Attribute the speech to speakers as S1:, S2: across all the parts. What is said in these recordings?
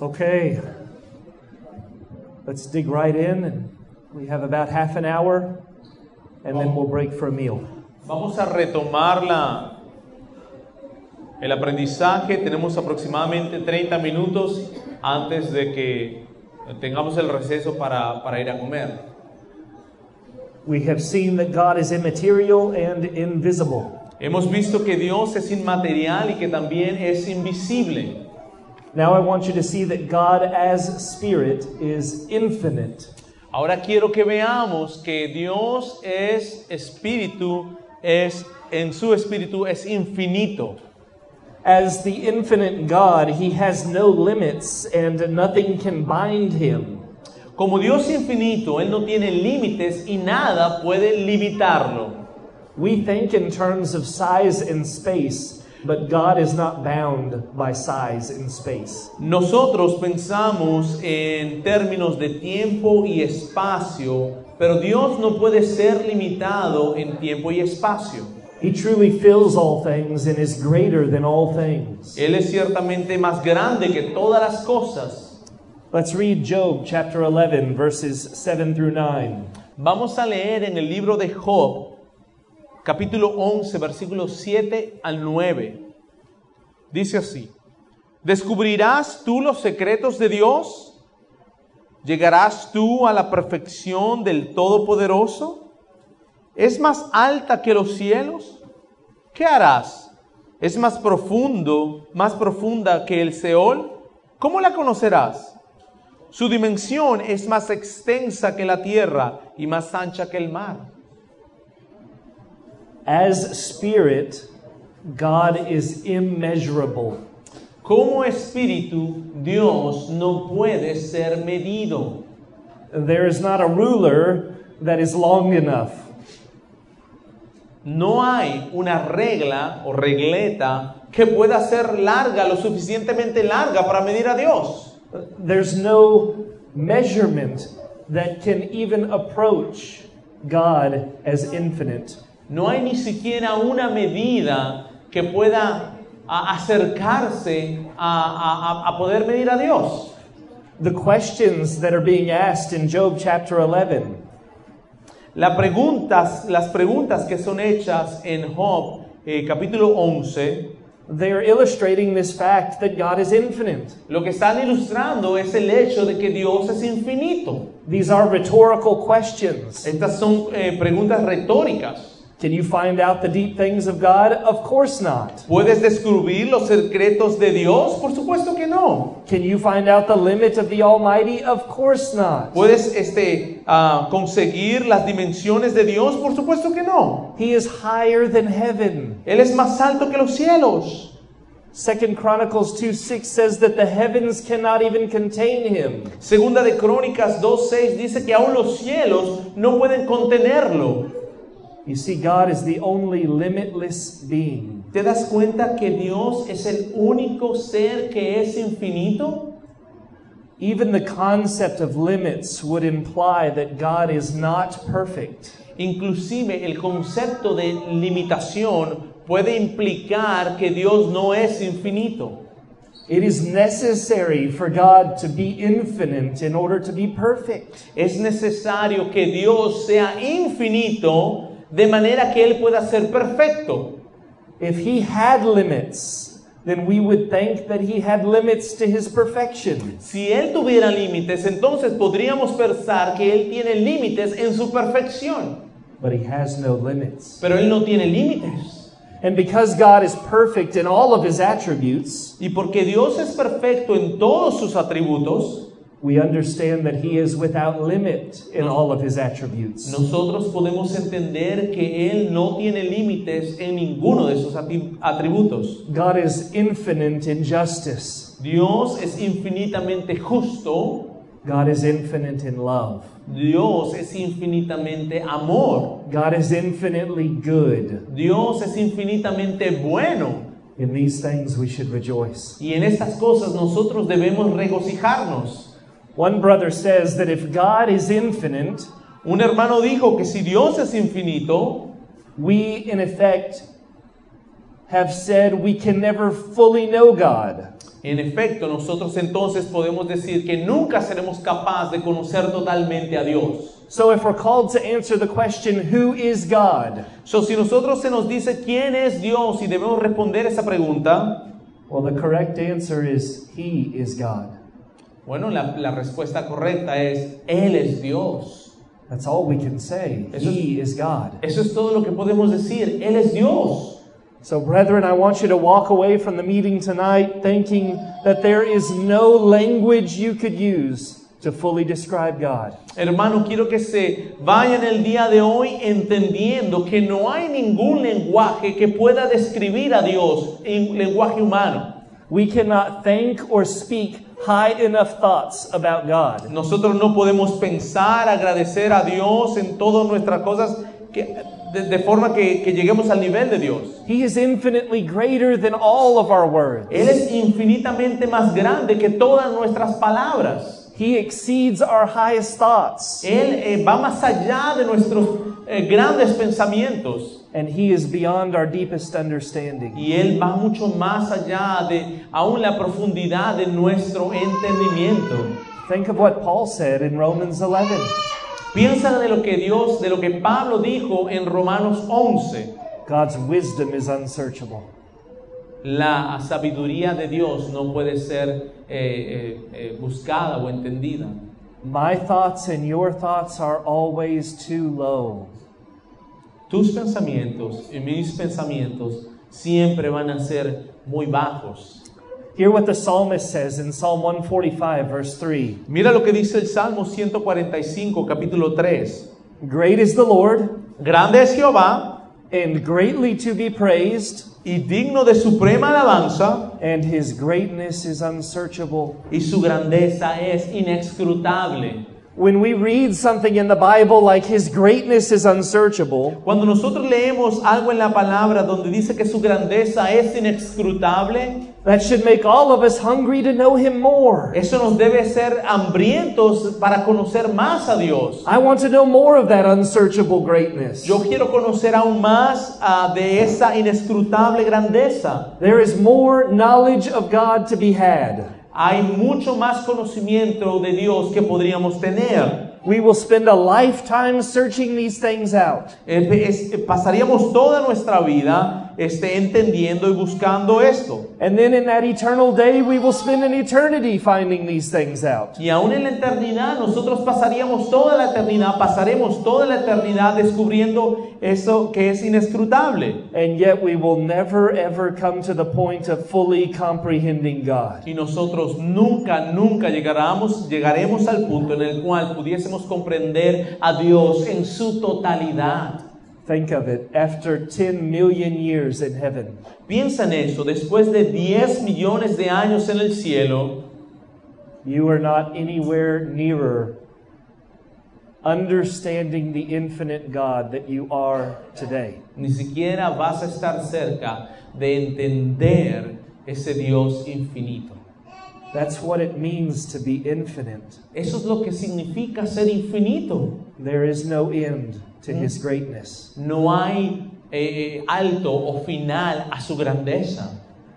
S1: Okay. Let's dig right in. We have about half an hour, and then we'll break for a meal.
S2: Vamos a retomar la- el aprendizaje. Tenemos aproximadamente 30 minutos antes de que tengamos el receso para, para ir a comer.
S1: We have seen that God is immaterial and invisible.
S2: Hemos visto que Dios es inmaterial y que también es invisible.
S1: Now I want you to see that God as Spirit is infinite.
S2: Ahora quiero que veamos que Dios es espíritu, es en su espíritu es infinito.
S1: As the infinite God, he has no limits and nothing can bind him.
S2: Como Dios infinito, Él no tiene límites y nada puede limitarlo.
S1: We think in terms of size and space, but God is not bound by size and space.
S2: Nosotros pensamos en términos de tiempo y espacio, pero Dios no puede ser limitado en tiempo y espacio.
S1: He truly fills all things and is greater than all things.
S2: Él es ciertamente más grande que todas las cosas.
S1: Let's read Job chapter 11, verses 7 through 9.
S2: Vamos a leer en el libro de Job, capítulo 11, versículos 7 al 9. Dice así, ¿descubrirás tú los secretos de Dios? ¿Llegarás tú a la perfección del Todopoderoso? ¿Es más alta que los cielos? ¿Qué harás? ¿Es más profundo, más profunda que el Seol? ¿Cómo la conocerás? Su dimensión es más extensa que la tierra y más ancha que el mar.
S1: As Spirit, God is immeasurable.
S2: Como espíritu, Dios no puede ser medido.
S1: There is not a ruler that is long enough.
S2: No hay una regla o regleta que pueda ser larga, lo suficientemente larga para medir a Dios.
S1: There's no measurement that can even approach God as infinite.
S2: No hay ni siquiera una medida que pueda a- acercarse a- a- a- a poder medir a Dios.
S1: The questions that are being asked in Job chapter 11
S2: La preguntas, las preguntas que son hechas en Job eh, capítulo 11,
S1: They are illustrating this fact that God is infinite.
S2: lo que están ilustrando es el hecho de que Dios es infinito.
S1: These are rhetorical questions.
S2: Estas son eh, preguntas retóricas.
S1: Can you find out the deep things of God? Of course not.
S2: ¿Puedes descubrir los secretos de Dios? Por supuesto que no.
S1: Can you find out the limit of the Almighty? Of course not.
S2: ¿Puedes este, ah, conseguir las dimensiones de Dios? Por supuesto que no.
S1: He is higher than heaven.
S2: Él es más alto que los cielos.
S1: Second Chronicles 2 6 says that the heavens cannot even contain him.
S2: Segunda de Crónicas 2.6 dice que aún los cielos no pueden contenerlo.
S1: You see, God is the only limitless being.
S2: ¿Te das cuenta que Dios es el único ser que es infinito?
S1: Even the concept of limits would imply that God is not perfect.
S2: Inclusive el concepto de limitación puede implicar que Dios no es infinito.
S1: It is necessary for God to be infinite in order to be perfect.
S2: Es necesario que Dios sea infinito de manera que Él pueda ser perfecto.
S1: If he had limits, then we would think that he had limits to his perfection.
S2: Si Él tuviera límites, entonces podríamos pensar que Él tiene límites en su perfección.
S1: But he has no limits.
S2: Pero Él no tiene límites.
S1: And because God is perfect in all of his attributes,
S2: Y porque Dios es perfecto en todos sus atributos,
S1: we understand that he is without limit in all of his attributes.
S2: Nosotros podemos entender que Él no tiene límites en ninguno de sus ati- atributos.
S1: God is infinite in justice.
S2: Dios es infinitamente justo,
S1: God is infinite in love.
S2: Dios es infinitamente amor,
S1: God is infinitely good.
S2: Dios es infinitamente bueno.
S1: In these things we should rejoice.
S2: Y en estas cosas nosotros debemos regocijarnos.
S1: One brother says that if God is infinite,
S2: Un hermano dijo que si Dios es infinito,
S1: we in effect have said we can never fully know God.
S2: En efecto, nosotros entonces podemos decir que nunca seremos capaces de conocer totalmente a Dios.
S1: So if we're called to answer the question, who is God?
S2: So, si nosotros se nos dice quién es Dios y debemos responder esa pregunta,
S1: Well, the correct answer is He is God.
S2: bueno, la, la respuesta correcta es Él es Dios.
S1: That's all we can say.
S2: Eso-
S1: He is God.
S2: Eso es todo lo que podemos decir, Él es Dios.
S1: So, brethren, I want you to walk away from the meeting tonight thinking that there is no language you could use to fully describe God.
S2: Hermano, quiero que se vayan el día de hoy entendiendo que no hay ningún lenguaje que pueda describir a Dios en lenguaje humano.
S1: We cannot think or speak high enough thoughts about God.
S2: Nosotros no podemos pensar, agradecer a Dios en todas nuestras cosas que- de, de forma que, que lleguemos al nivel de Dios.
S1: He is infinitely greater than all of our words.
S2: Él es infinitamente más grande que todas nuestras palabras.
S1: He exceeds our highest thoughts,
S2: Él eh, va más allá de nuestros eh, grandes pensamientos.
S1: and He is beyond our deepest understanding.
S2: Y Él va mucho más allá de aún la profundidad de nuestro entendimiento.
S1: Think of what Paul said in Romans 11.
S2: Piensa de lo que Dios, de lo que Pablo dijo en Romanos 11.
S1: God's wisdom is unsearchable.
S2: La sabiduría de Dios no puede ser eh, eh, eh, buscada o entendida.
S1: My thoughts and your thoughts are always too low.
S2: Tus pensamientos y mis pensamientos siempre van a ser muy bajos.
S1: Hear what the psalmist says in Psalm 145, verse 3.
S2: Mira lo que dice el Salmo 145, capítulo 3.
S1: Great is the Lord,
S2: Grande es Jehová
S1: and greatly to be praised,
S2: y digno de suprema alabanza.
S1: and his greatness is unsearchable.
S2: y su grandeza es inescrutable.
S1: When we read something in the Bible like his greatness is unsearchable,
S2: Cuando nosotros leemos algo en la palabra donde dice que su grandeza es inescrutable,
S1: that should make all of us hungry to know him more.
S2: eso nos debe ser hambrientos para conocer más a Dios.
S1: I want to know more of that unsearchable greatness.
S2: Yo quiero conocer aún más ah, de esa inescrutable grandeza.
S1: There is more knowledge of God to be had.
S2: Hay mucho más conocimiento de Dios que podríamos tener.
S1: We will spend a lifetime searching these things out.
S2: Eh, es- pasaríamos toda nuestra vida este, entendiendo y buscando esto.
S1: And then in that eternal day, we will spend an eternity finding these things out.
S2: Y aún en la eternidad, nosotros pasaríamos toda la eternidad, pasaremos toda la eternidad descubriendo eso que es inescrutable.
S1: And yet we will never ever come to the point of fully comprehending God.
S2: Y nosotros nunca, nunca llegaremos, llegaremos al punto en el cual pudiésemos comprender a Dios en su totalidad.
S1: Think of it after 10 million years in heaven,
S2: Piensa en eso, después de 10 millones de años en el cielo,
S1: you are not anywhere nearer understanding the infinite God that you are today.
S2: ni siquiera vas a estar cerca de entender ese Dios infinito.
S1: That's what it means to be infinite.
S2: Eso es lo que significa ser infinito.
S1: There is no end to his greatness.
S2: No hay eh, alto o final a su grandeza.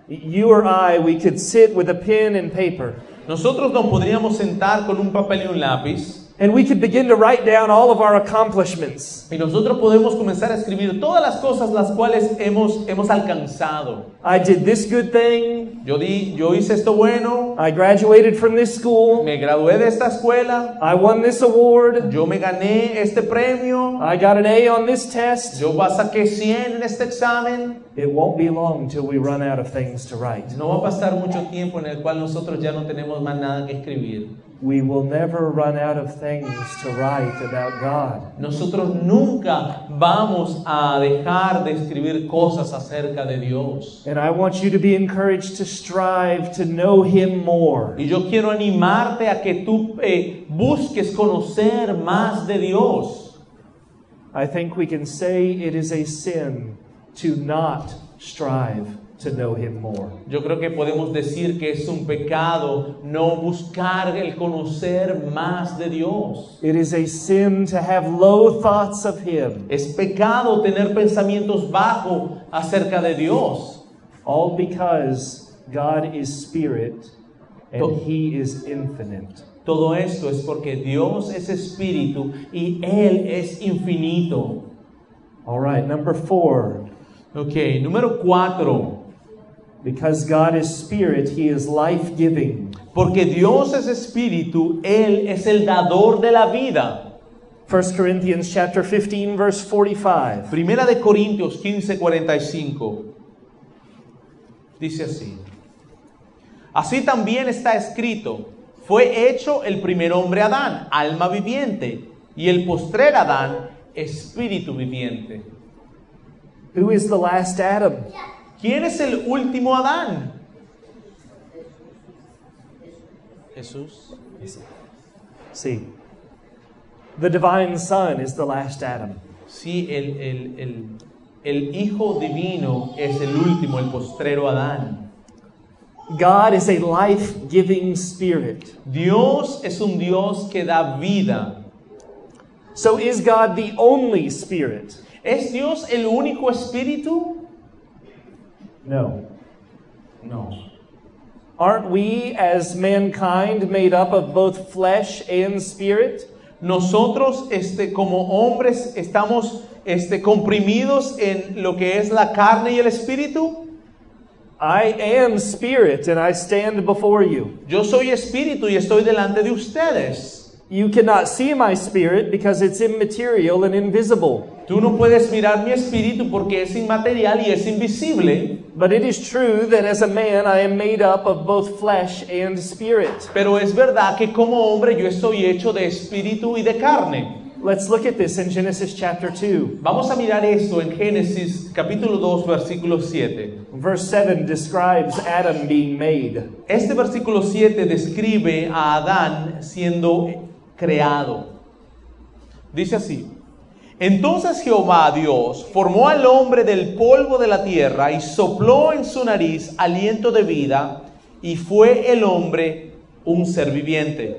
S1: You or I, we could sit with a pen and paper
S2: Nosotros nos podríamos sentar con un papel y un lápiz
S1: and we could begin to write down all of our accomplishments.
S2: y nosotros podemos comenzar a escribir todas las cosas las cuales hemos, hemos alcanzado.
S1: I did this good thing.
S2: Yo, di, yo hice esto bueno,
S1: I graduated from this school.
S2: me gradué de esta escuela,
S1: I won this award.
S2: yo me gané este premio,
S1: I got an A on this test.
S2: yo saqué 100 en este examen.
S1: It won't be long till we run out of things to write.
S2: No va a pasar mucho tiempo en el cual nosotros ya no tenemos más nada que escribir.
S1: We will never run out of things to write about God.
S2: Nosotros nunca vamos a dejar de escribir cosas acerca de Dios.
S1: And I want you to be encouraged to strive to know Him more.
S2: Y yo quiero animarte a que tú eh, busques conocer más de Dios.
S1: I think we can say it is a sin to not strive to know Him more.
S2: Yo creo que podemos decir que es un pecado no buscar el conocer más de Dios.
S1: It is a sin to have low thoughts of Him,
S2: Es pecado tener pensamientos bajos acerca de Dios.
S1: all because God is spirit and
S2: To-
S1: he is infinite.
S2: Todo esto es porque Dios es espíritu y Él es infinito.
S1: All right, number four.
S2: Ok, número cuatro.
S1: Because God is spirit, he is life giving.
S2: Porque Dios es espíritu, Él es el dador de la vida.
S1: 1 Corinthians chapter 15 verse 45.
S2: Primera de Corintios 15, 45. Dice así. Así también está escrito, fue hecho el primer hombre Adán, alma viviente, y el postrer Adán, espíritu viviente.
S1: Who is the last Adam?
S2: ¿Quién es el último Adán? Jesús.
S1: See. The divine son is the last Adam.
S2: Sí, el, el- el- el Hijo Divino es el último, el postrero Adán.
S1: God is a life-giving spirit.
S2: Dios es un Dios que da vida.
S1: So is God the only spirit?
S2: ¿Es Dios el único espíritu?
S1: No.
S2: No.
S1: Aren't we, as mankind, made up of both flesh and spirit?
S2: Nosotros este, como hombres estamos este, comprimidos en lo que es la carne y el espíritu.
S1: I am spirit and I stand before you.
S2: Yo soy espíritu y estoy delante de ustedes.
S1: You cannot see my spirit because it's immaterial and invisible.
S2: Tú no puedes mirar mi espíritu porque es inmaterial y es invisible,
S1: But it is true that as a man I am made up of both flesh and spirit.
S2: pero es verdad que como hombre yo estoy hecho de espíritu y de carne.
S1: Let's look at this in Genesis chapter 2.
S2: Vamos a mirar esto en Génesis capítulo 2 versículo 7.
S1: Verse 7 describes Adam being made.
S2: Este versículo 7 describe a Adán siendo creado. Dice así, entonces Jehová Dios formó al hombre del polvo de la tierra y sopló en su nariz aliento de vida y fue el hombre un ser viviente.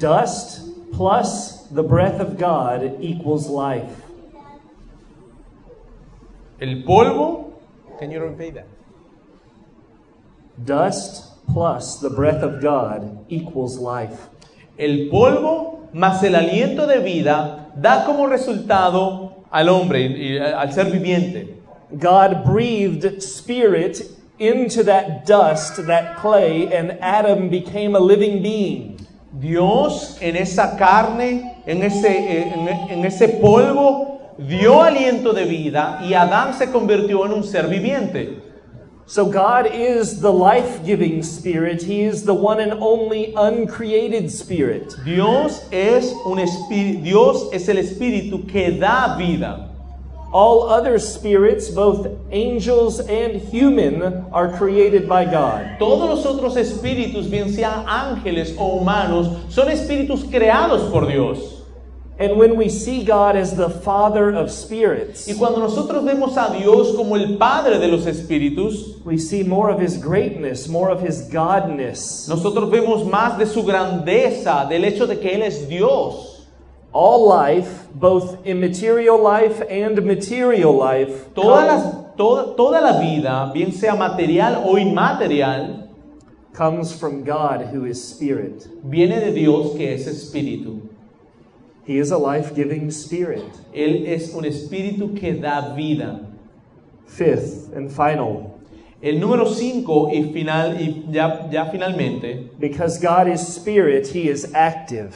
S1: Dust plus the breath of God equals life.
S2: El polvo. Can you repeat that?
S1: Dust plus the breath of God equals life.
S2: El polvo más el aliento de vida da como resultado al hombre y- y al ser viviente.
S1: God breathed spirit into that dust, that clay, and Adam became a living being.
S2: Dios en esa carne, en ese, en, en ese polvo, dio aliento de vida y Adán se convirtió en un ser viviente.
S1: So God is the life giving spirit. He is the one and only uncreated spirit.
S2: Dios es, un espí- Dios es el espíritu que da vida.
S1: All other spirits, both angels and human, are created by God.
S2: Todos los otros espíritus, bien sean ángeles o humanos, son espíritus creados por Dios.
S1: And when we see God as the Father of spirits,
S2: Y cuando nosotros vemos a Dios como el Padre de los espíritus,
S1: we see more of His greatness, more of His Godness.
S2: nosotros vemos más de su grandeza, del hecho de que Él es Dios.
S1: All life, both immaterial life and material life, comes-
S2: Todas las- toda, toda la vida, bien sea material o inmaterial,
S1: comes from God who is spirit.
S2: viene de Dios que es espíritu.
S1: He is a life giving spirit.
S2: Él es un espíritu que da vida.
S1: Fifth and final,
S2: El número 5 y, final, y ya, ya finalmente,
S1: because God is spirit, He is active.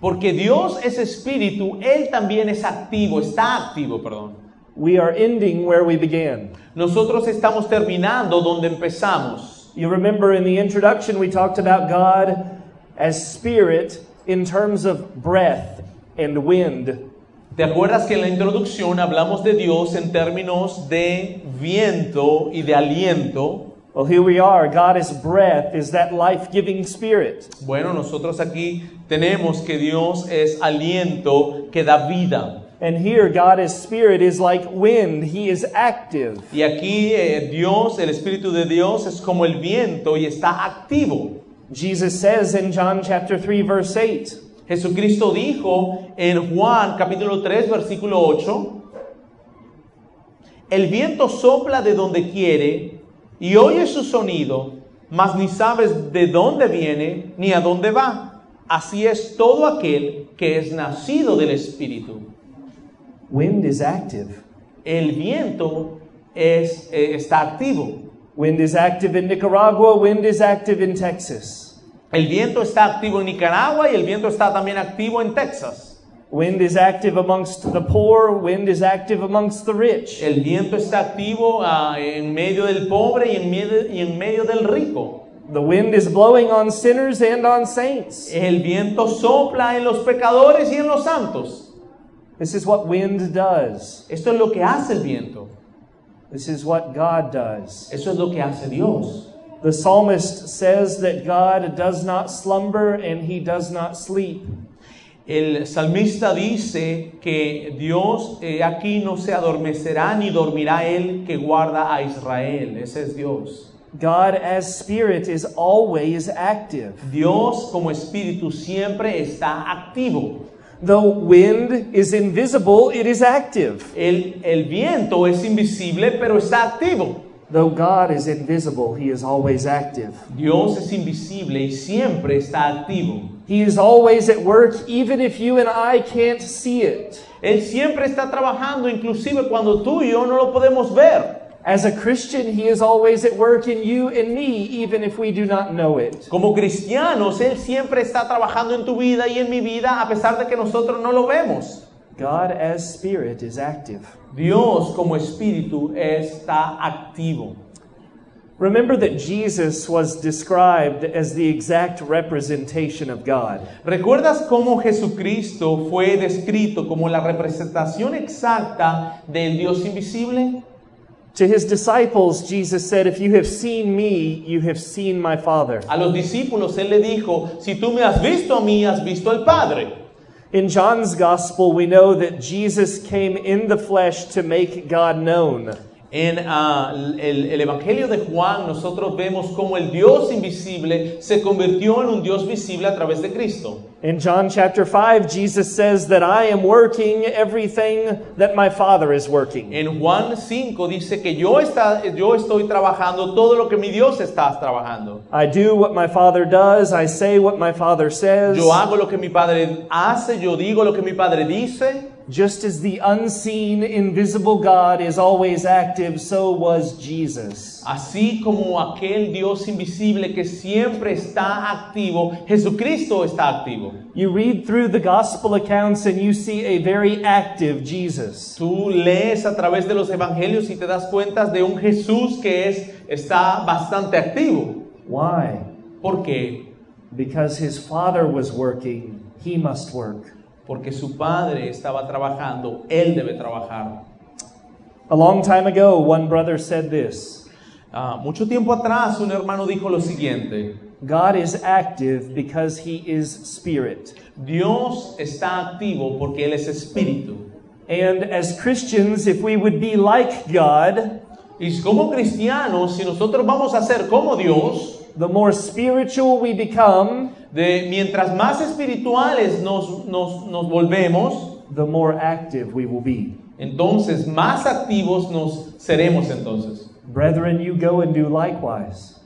S2: Porque Dios es espíritu, Él también es activo, está activo, perdón.
S1: We are ending where we began.
S2: Nosotros estamos terminando donde empezamos.
S1: You remember in the introduction, we talked about God as spirit in terms of breath and wind.
S2: ¿Te acuerdas que en la introducción hablamos de Dios en términos de viento y de aliento?
S1: Well, here we are. God is breath, is that life giving spirit.
S2: Bueno, nosotros aquí tenemos que Dios es aliento que da vida.
S1: And here, God as spirit is like wind, He is active.
S2: Y aquí eh, Dios, el Espíritu de Dios es como el viento y está activo.
S1: Jesus says in John chapter 3, verse 8,
S2: Jesucristo dijo en Juan capítulo 3 versículo 8, el viento sopla de donde quiere y oyes su sonido, mas ni sabes de dónde viene ni a dónde va. Así es todo aquel que es nacido del Espíritu.
S1: Wind is active.
S2: El viento es, eh, está activo.
S1: Wind is active in Nicaragua, wind is active in Texas.
S2: El viento está activo en Nicaragua y el viento está también activo en Texas.
S1: Wind is active amongst the poor, wind is active amongst the rich.
S2: El viento está activo ah, en medio del pobre y en medio, y en medio del rico.
S1: The wind is blowing on sinners and on saints.
S2: El viento sopla en los pecadores y en los santos.
S1: This is what wind does.
S2: Esto es lo que hace el viento.
S1: This is what God does.
S2: Eso es lo que hace Dios.
S1: The psalmist says that God does not slumber and he does not sleep.
S2: El salmista dice que Dios eh, aquí no se adormecerá ni dormirá él que guarda a Israel. Ese es Dios.
S1: God as spirit is always active.
S2: Dios como espíritu siempre está activo.
S1: Though wind is invisible, it is active.
S2: El, el viento es invisible pero está activo.
S1: Though God is invisible, he is always active.
S2: Dios es invisible y siempre está activo.
S1: He is always at work, even if you and I can't see it.
S2: Él siempre está trabajando inclusive cuando tú y yo no lo podemos ver.
S1: As a Christian, he is always at work in you and me, even if we do not know it.
S2: Como cristianos, Él siempre está trabajando en tu vida y en mi vida a pesar de que nosotros no lo vemos.
S1: God as spirit is active.
S2: Dios como espíritu está activo.
S1: Remember that Jesus was described as the exact representation of God.
S2: ¿Recuerdas cómo Jesucristo fue descrito como la representación exacta del Dios invisible?
S1: To his disciples, Jesus said, If you have seen me, you have seen my Father.
S2: A los discípulos Él le dijo, si tú me has visto a mí, has visto al Padre.
S1: In John's gospel, we know that Jesus came in the flesh to make God known.
S2: En ah, el, el Evangelio de Juan nosotros vemos cómo el Dios invisible se convirtió en un Dios visible a través de Cristo.
S1: In John chapter 5, Jesus says that I am working everything that my Father is working.
S2: En Juan 5 dice que yo, está, yo estoy trabajando todo lo que mi Dios está trabajando.
S1: I do what my Father does, I say what my Father says.
S2: Yo hago lo que mi Padre hace, yo digo lo que mi Padre dice.
S1: Just as the unseen, invisible God is always active, so was Jesus.
S2: Así como aquel Dios invisible que siempre está activo, Jesucristo está activo.
S1: You read through the gospel accounts and you see a very active Jesus.
S2: Tú lees a través de los evangelios y te das cuenta de un Jesús que es, está bastante activo.
S1: Why?
S2: ¿Por qué?
S1: Because his Father was working, he must work.
S2: Porque su padre estaba trabajando, él debe trabajar.
S1: A long time ago, one brother said this
S2: Ah, mucho tiempo atrás un hermano dijo lo siguiente,
S1: God is active because he is spirit.
S2: Dios está activo porque Él es espíritu.
S1: And as Christians, if we would be like God,
S2: Y como cristianos, si nosotros vamos a ser como Dios,
S1: the more spiritual we become,
S2: de, mientras más espirituales nos, nos- nos volvemos,
S1: the more active we will be.
S2: entonces más activos nos seremos entonces.
S1: Brethren, you go and do likewise.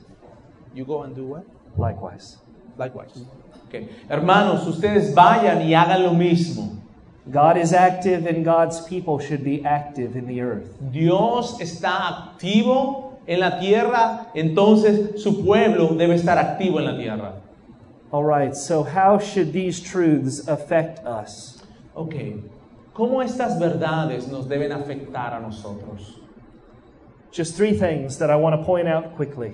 S2: You go and do what?
S1: Likewise.
S2: Likewise. Okay. Hermanos, ustedes vayan y hagan lo mismo.
S1: God is active, and God's people should be active in the earth.
S2: Dios está activo en la tierra, entonces su pueblo debe estar activo en la tierra.
S1: All right, so how should these truths affect us?
S2: Ok, ¿cómo estas verdades nos deben afectar a nosotros?
S1: Just three things that I want to point out quickly.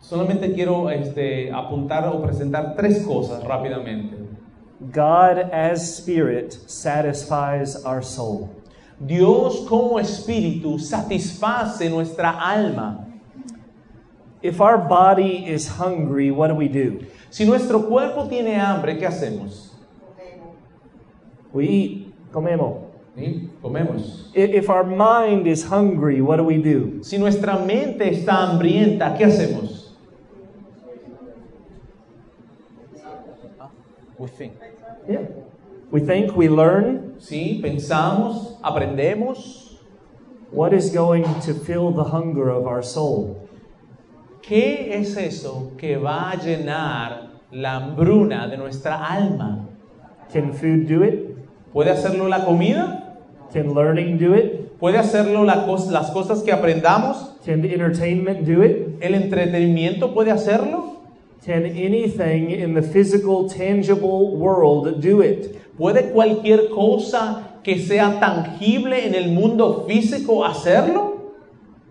S2: Solamente quiero este, apuntar o presentar tres cosas rápidamente.
S1: God as spirit satisfies our soul.
S2: Dios como espíritu satisface nuestra alma.
S1: If our body is hungry, what do we do?
S2: Si nuestro cuerpo tiene hambre, ¿qué hacemos?
S1: We eat, comemos.
S2: ¿Sí? Comemos.
S1: I- If our mind is hungry, what do we do?
S2: Si nuestra mente está hambrienta, ¿qué hacemos? We think.
S1: Yeah. We think, we learn.
S2: Sí, pensamos, aprendemos.
S1: What is going to fill the hunger of our soul?
S2: ¿Qué es eso que va a llenar la hambruna de nuestra alma?
S1: Can food do it?
S2: ¿Puede hacerlo la comida?
S1: Can learning do it?
S2: ¿Puede hacerlo la cos- las cosas que aprendamos?
S1: Can entertainment do it?
S2: ¿El entretenimiento puede hacerlo?
S1: Can anything in the physical, tangible world do it?
S2: ¿Puede cualquier cosa que sea tangible en el mundo físico hacerlo?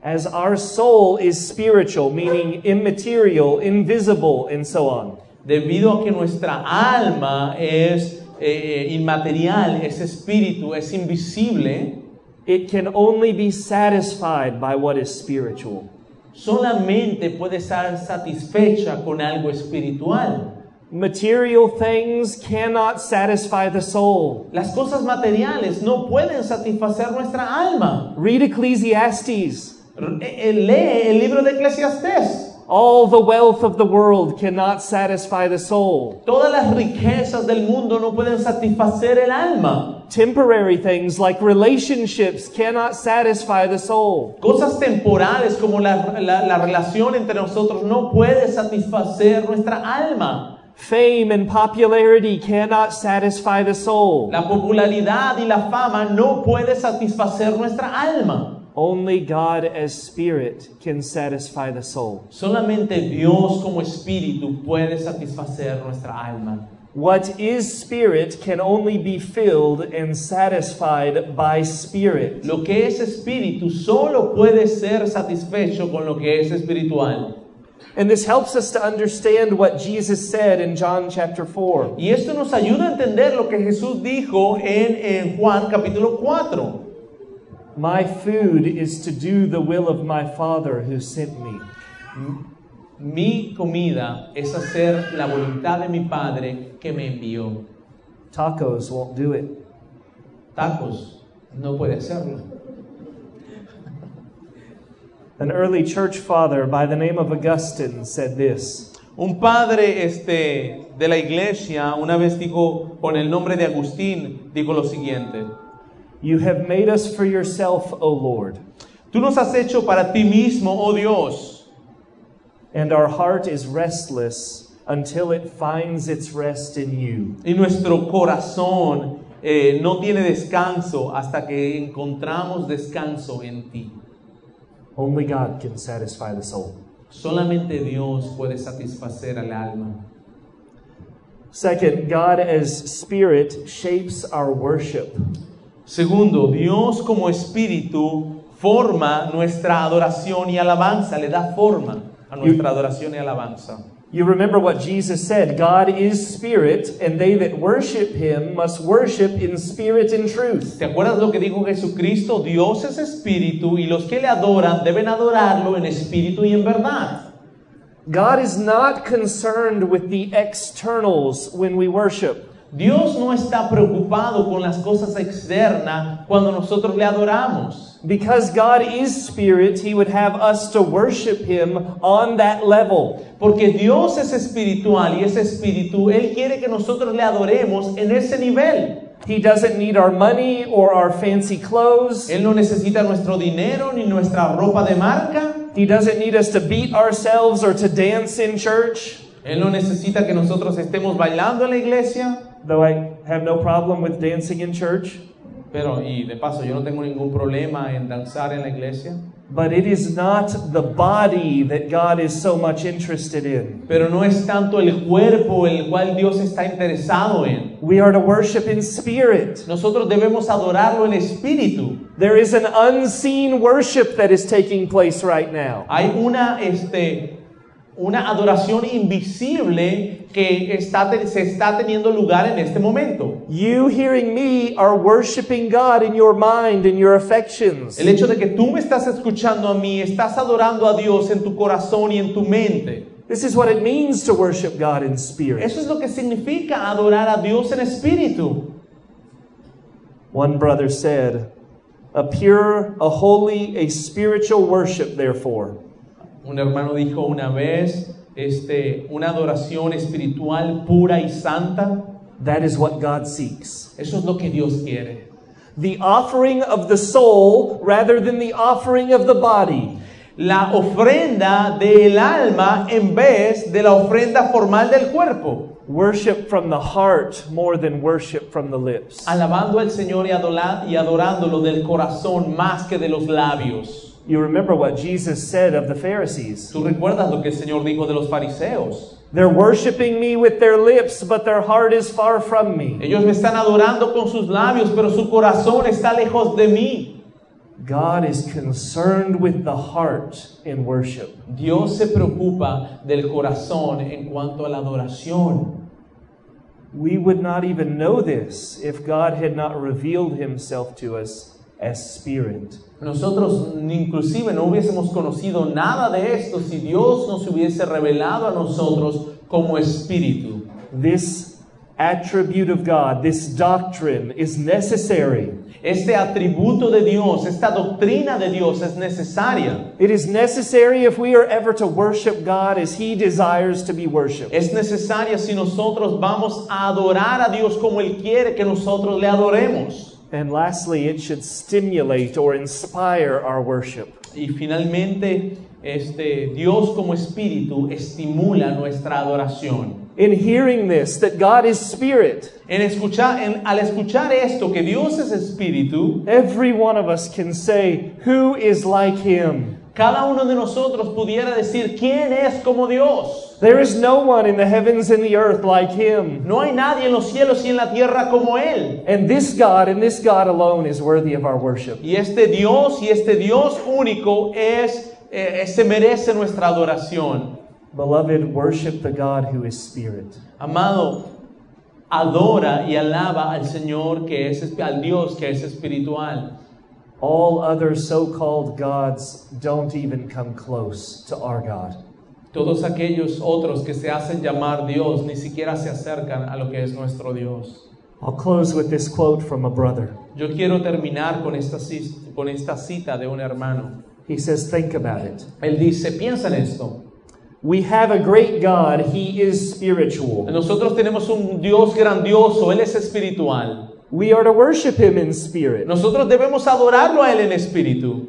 S1: As our soul is spiritual, meaning immaterial, invisible, and so on.
S2: Debido a que nuestra alma es eh, inmaterial, es espíritu, es invisible,
S1: It can only be satisfied by what is spiritual.
S2: solamente puede estar satisfecha con algo espiritual.
S1: Material things cannot satisfy the soul.
S2: Las cosas materiales no pueden satisfacer nuestra alma.
S1: Read Ecclesiastes.
S2: R- eh, eh, Lee el libro de Eclesiastés.
S1: All the wealth of the world cannot satisfy the soul.
S2: Todas las riquezas del mundo no pueden satisfacer el alma.
S1: Temporary things like relationships cannot satisfy the soul.
S2: Cosas temporales como la, la- la relación entre nosotros no puede satisfacer nuestra alma.
S1: Fame and popularity cannot satisfy the soul.
S2: La popularidad y la fama no puede satisfacer nuestra alma.
S1: Only God as spirit can satisfy the soul.
S2: Solamente Dios como espíritu puede satisfacer nuestra alma.
S1: What is spirit can only be filled and satisfied by spirit.
S2: Lo que es espíritu solo puede ser satisfecho con lo que es espiritual.
S1: And this helps us to understand what Jesus said in John chapter 4.
S2: Y esto nos ayuda a entender lo que Jesús dijo en, en Juan capítulo 4.
S1: My food is to do the will of my Father who sent me.
S2: Mi comida es hacer la voluntad de mi Padre que me envió.
S1: Tacos won't do it.
S2: Tacos, no puede hacerlo.
S1: An early church father by the name of Augustine said this.
S2: Un padre este, de la iglesia una vez dijo, con el nombre de Agustín, dijo lo siguiente.
S1: You have made us for yourself, O Lord,
S2: Tú nos has hecho para ti mismo, oh Dios.
S1: and our heart is restless until it finds its rest in you.
S2: Y nuestro corazón eh, no tiene descanso hasta que encontramos descanso en ti.
S1: Only God can satisfy the soul.
S2: Solamente Dios puede satisfacer al alma.
S1: Second, God as Spirit shapes our worship.
S2: Segundo, Dios como espíritu forma nuestra adoración y alabanza, le da forma a nuestra adoración y alabanza.
S1: You remember what Jesus said God is Spirit, and they that worship him must worship in spirit and truth.
S2: ¿Te acuerdas lo que dijo Jesucristo? Dios es espíritu y los que le adoran deben adorarlo en espíritu y en verdad.
S1: God is not concerned with the externals when we worship.
S2: Dios no está preocupado con las cosas externas cuando nosotros le adoramos.
S1: Because God is spirit, he would have us to worship him on that level.
S2: Porque Dios es espiritual y ese espíritu, Él quiere que nosotros le adoremos en ese nivel.
S1: He doesn't need our money or our fancy clothes.
S2: Él no necesita nuestro dinero ni nuestra ropa de marca.
S1: He doesn't need us to beat ourselves or to dance in church.
S2: Él no necesita que nosotros estemos bailando en la iglesia.
S1: Though I have no problem with dancing in church,
S2: Pero, y de paso, yo no tengo ningún problema en danzar en la iglesia.
S1: but it is not the body that God is so much interested in.
S2: Pero no es tanto el cuerpo el cual Dios está interesado en.
S1: We are to worship in spirit.
S2: Nosotros debemos adorarlo en espíritu.
S1: There is an unseen worship that is taking place right now.
S2: Hay una, este, una adoración invisible que está, te- se está teniendo lugar en este momento.
S1: You hearing me are worshiping God in your mind and your affections.
S2: El hecho de que tú me estás escuchando a mí, estás adorando a Dios en tu corazón y en tu mente.
S1: This is what it means to worship God in spirit.
S2: Eso es lo que significa adorar a Dios en espíritu.
S1: One brother said, A pure, a holy, a spiritual worship, therefore,
S2: Un hermano dijo una vez, este, una adoración espiritual pura y santa,
S1: that is what God seeks.
S2: eso es lo que Dios quiere.
S1: The offering of the soul rather than the offering of the body.
S2: la ofrenda del alma en vez de la ofrenda formal del cuerpo,
S1: Worship from the heart more than worship from the lips.
S2: alabando al Señor y, adola- y adorándolo del corazón más que de los labios.
S1: You remember what Jesus said of the Pharisees.
S2: Tú recuerdas lo que el Señor dijo de los fariseos.
S1: They're worshiping me with their lips, but their heart is far from me.
S2: Ellos me están adorando con sus labios, pero su corazón está lejos de mí.
S1: God is concerned with the heart in worship.
S2: Dios se preocupa del corazón en cuanto a la adoración.
S1: We would not even know this if God had not revealed himself to us as spirit.
S2: Nosotros ni- inclusive no hubiésemos conocido nada de esto si Dios nos hubiese revelado a nosotros como espíritu.
S1: This attribute of God, this doctrine, is necessary.
S2: Este atributo de Dios, esta doctrina de Dios es necesaria.
S1: It is necessary if we are ever to worship God as He desires to be worshiped.
S2: Es necesaria si nosotros vamos a adorar a Dios como Él quiere que nosotros le adoremos.
S1: And lastly, it should stimulate or inspire our worship.
S2: Y finalmente, este, Dios como espíritu estimula nuestra adoración.
S1: In hearing this, that God is spirit,
S2: En escuchar, en- al escuchar esto, que Dios es espíritu,
S1: every one of us can say, Who is like Him?
S2: cada uno de nosotros pudiera decir, ¿quién es como Dios?
S1: There is no one in the heavens and the earth like Him.
S2: No hay nadie en los cielos y en la tierra como Él.
S1: And this God and this God alone is worthy of our worship.
S2: Y este Dios y este Dios único es, eh, eh, se merece nuestra adoración.
S1: Beloved, worship the God who is spirit.
S2: Amado, adora y alaba al Señor que es esp- al Dios que es espiritual.
S1: All other so called gods don't even come close to our God.
S2: Todos aquellos otros que se hacen llamar Dios ni siquiera se acercan a lo que es nuestro Dios.
S1: I'll close with this quote from a brother.
S2: Yo quiero terminar con esta, cis- con esta cita de un hermano.
S1: He says, Think about it.
S2: Él dice, piensa en esto.
S1: We have a great God, He is spiritual.
S2: Nosotros tenemos un Dios grandioso, Él es espiritual.
S1: We are to worship Him in spirit.
S2: Nosotros debemos adorarlo a Él en espíritu.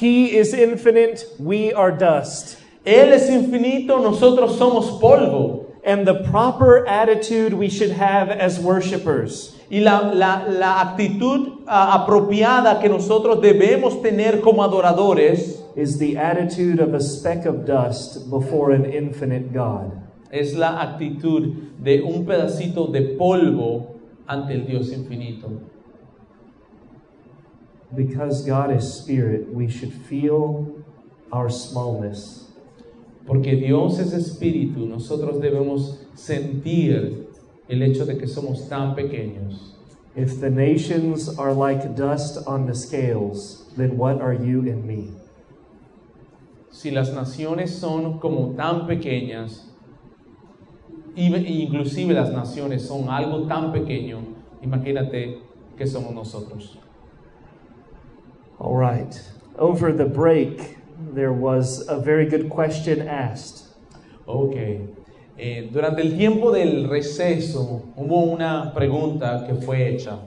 S1: He is infinite, we are dust.
S2: Él es infinito, nosotros somos polvo.
S1: And the proper attitude we should have as worshipers
S2: Y la, la- la actitud ah, apropiada que nosotros debemos tener como adoradores
S1: is the attitude of a speck of dust before an infinite God.
S2: es la actitud de un pedacito de polvo ante el Dios infinito.
S1: Because God is spirit, we should feel our smallness.
S2: Porque Dios es espíritu, nosotros debemos sentir el hecho de que somos tan pequeños.
S1: If the nations are like dust on the scales, then what are you and me?
S2: Si las naciones son como tan pequeñas, y- e inclusive las naciones son algo tan pequeño, imagínate que somos nosotros.
S1: All right. Over the break, there was a very good question asked.
S2: Ok. Eh, durante el tiempo del receso hubo una pregunta que fue hecha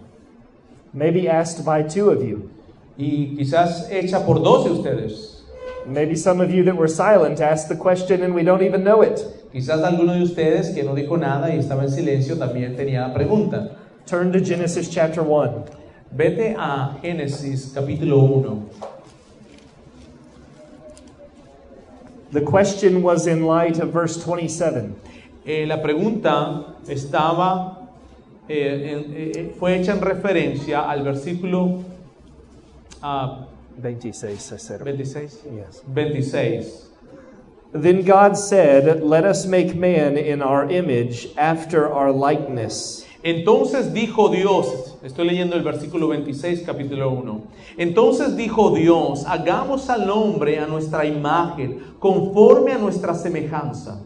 S1: Maybe asked by two of you.
S2: y quizás hecha por dos de ustedes.
S1: Maybe some of you that were silent asked the question and we don't even know it.
S2: Quizás alguno de ustedes que no dijo nada y estaba en silencio también tenía la pregunta.
S1: Turn to Genesis chapter 1.
S2: Vete a Génesis capítulo 1.
S1: The question was in light of verse 27.
S2: Eh, la pregunta estaba, eh, en- eh, fue hecha en referencia al versículo ah,
S1: 26, I said.
S2: 26.
S1: Yes.
S2: 26.
S1: Then God said, Let us make man in our image, after our likeness.
S2: Entonces dijo Dios, estoy leyendo el versículo 26, capítulo 1. Entonces dijo Dios, hagamos al hombre a nuestra imagen, conforme a nuestra semejanza.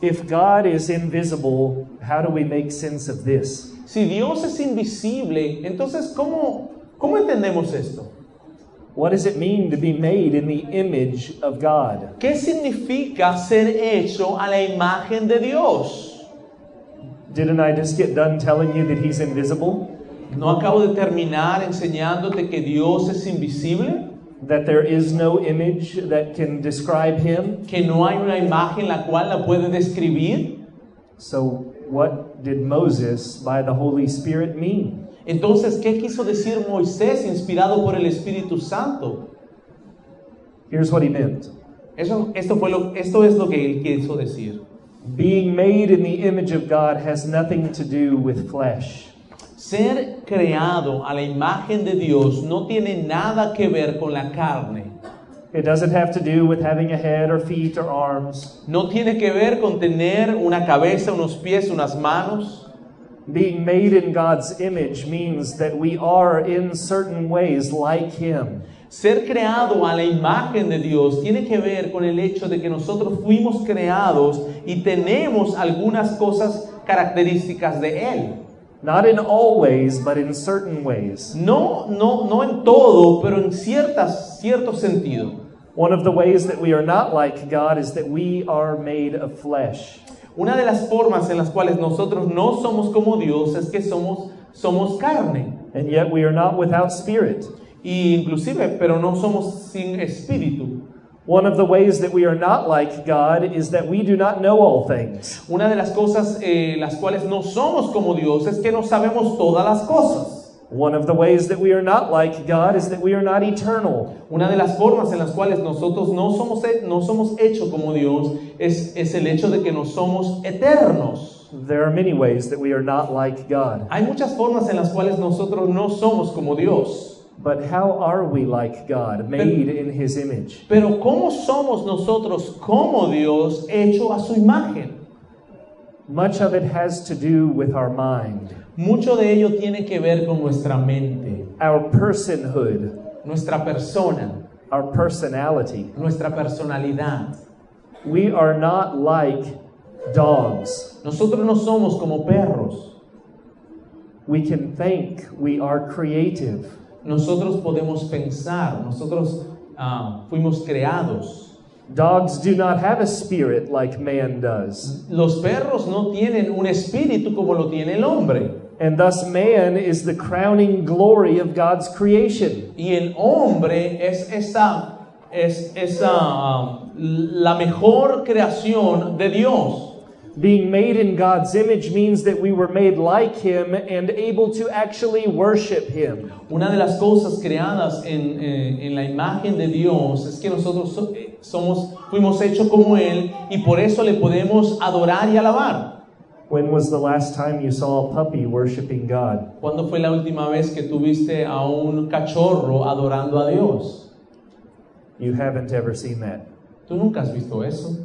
S1: If God is invisible, how do we make sense of this?
S2: Si Dios es invisible, entonces ¿cómo, cómo entendemos esto?
S1: What does it mean to be made in the image of God?
S2: ¿Qué significa ser hecho a la imagen de Dios?
S1: Didn't I just get done telling you that He's invisible?
S2: ¿No acabo de terminar enseñándote que Dios es invisible?
S1: that there is no image that can describe him.
S2: que no hay una imagen la cual la puede describir.
S1: So, what did Moses by the Holy Spirit mean?
S2: Entonces, ¿qué quiso decir Moisés inspirado por el Espíritu Santo?
S1: Here's what he meant
S2: Eso, esto, fue lo, esto es lo que él quiso decir.
S1: Being made in the image of God has nothing to do with flesh.
S2: Ser creado a la imagen de Dios no tiene nada que ver con la carne.
S1: It doesn't have to do with having a head or feet or arms.
S2: No tiene que ver con tener una cabeza, unos pies, unas manos.
S1: Being made in God's image means that we are in certain ways like Him.
S2: Ser creado a la imagen de Dios tiene que ver con el hecho de que nosotros fuimos creados y tenemos algunas cosas características de Él.
S1: Not in all ways, but in certain ways.
S2: No, no, no en todo, pero en ciertas, cierto sentido.
S1: One of the ways that we are not like God is that we are made of flesh.
S2: Una de las formas en las cuales nosotros no somos como Dios es que somos, somos carne.
S1: And yet we are not without spirit.
S2: Y inclusive, pero no somos sin espíritu.
S1: One of the ways that we are not like God is that we do not know all things.
S2: Una de las cosas eh, las cuales no somos como Dios es que no sabemos todas las cosas.
S1: One of the ways that we are not like God is that we are not eternal.
S2: Una de las formas en las cuales nosotros no somos, he- no somos hechos como Dios es, es el hecho de que no somos eternos.
S1: There are many ways that we are not like God.
S2: Hay muchas formas en las cuales nosotros no somos como Dios.
S1: But how are we like God, made in His image?
S2: Pero ¿cómo somos nosotros como Dios hecho a su imagen?
S1: Much of it has to do with our mind,
S2: Mucho de ello tiene que ver con nuestra mente,
S1: our personhood,
S2: nuestra persona,
S1: our personality.
S2: nuestra personalidad.
S1: We are not like dogs.
S2: Nosotros no somos como perros.
S1: We can think, we are creative.
S2: Nosotros podemos pensar, nosotros ah, fuimos creados.
S1: Dogs do not have a spirit like man does.
S2: Los perros no tienen un espíritu como lo tiene el hombre.
S1: And thus, man is the crowning glory of God's creation.
S2: Y el hombre es esa, es esa, ah, la mejor creación de Dios.
S1: Being made in God's image means that we were made like Him and able to actually worship Him.
S2: Una de las cosas creadas en, eh, en la imagen de Dios es que nosotros so- eh, somos, fuimos hechos como Él y por eso le podemos adorar y alabar.
S1: When was the last time you saw a puppy worshiping God?
S2: ¿Cuándo fue la última vez que tuviste a un cachorro adorando a Dios?
S1: You haven't ever seen that.
S2: Tú nunca has visto eso.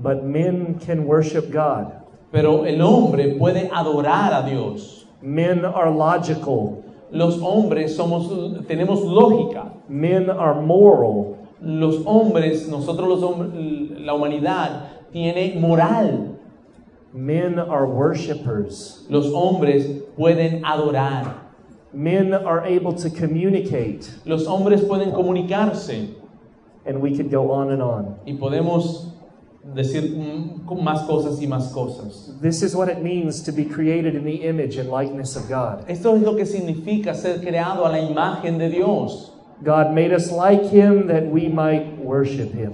S1: But men can worship God.
S2: Pero el hombre puede adorar a Dios.
S1: Men are logical.
S2: Los hombres somos, tenemos lógica.
S1: Men are moral.
S2: Los hombres, nosotros los hombres, la humanidad tiene moral.
S1: Men are worshipers.
S2: Los hombres pueden adorar.
S1: Men are able to communicate.
S2: Los hombres pueden comunicarse
S1: And we could go on and on.
S2: y podemos decir mm, más cosas y más cosas.
S1: This is what it means to be created in the image and likeness of God.
S2: Esto es lo que significa ser creado a la imagen de Dios.
S1: God made us like Him that we might worship Him.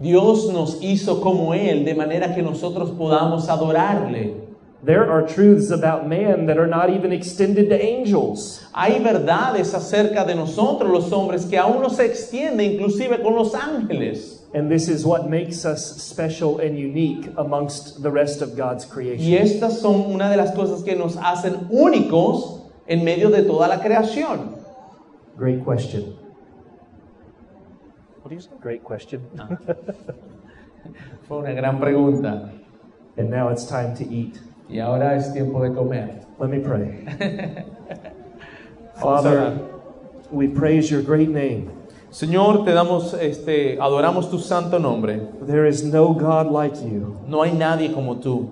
S2: Dios nos hizo como Él, de manera que nosotros podamos adorarle.
S1: There are truths about man that are not even extended to angels.
S2: Hay verdades acerca de nosotros los hombres que aún no se extiende inclusive con los ángeles.
S1: And this is what makes us special and unique amongst the rest of God's creation.
S2: Y estas son una de las cosas que nos hacen únicos en medio de toda la creación.
S1: Great question. What do you say? Great question.
S2: Fue una gran pregunta.
S1: And now it's time to eat.
S2: Y ahora es tiempo de comer.
S1: Let me pray.
S2: Vamos
S1: Father, we praise your great name.
S2: Señor, te damos, este, adoramos tu santo nombre.
S1: There is no God like you.
S2: No hay nadie como tú.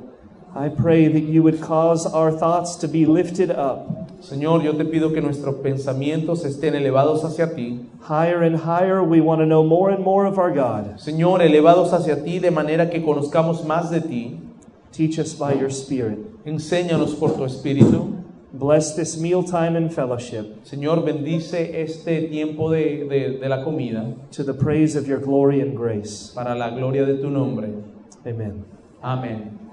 S1: I pray that you would cause our thoughts to be lifted up
S2: Señor, yo te pido que nuestros pensamientos estén elevados hacia ti.
S1: higher and higher. We want to know more and more of our God.
S2: Señor, elevados hacia ti de manera que conozcamos más de ti.
S1: Teach us by your Spirit.
S2: Enséñanos por tu espíritu.
S1: Bless this mealtime and fellowship
S2: Señor, bendice este tiempo de, de- de la comida
S1: to the praise of your glory and grace.
S2: para la gloria de tu nombre.
S1: Amen.
S2: Amén.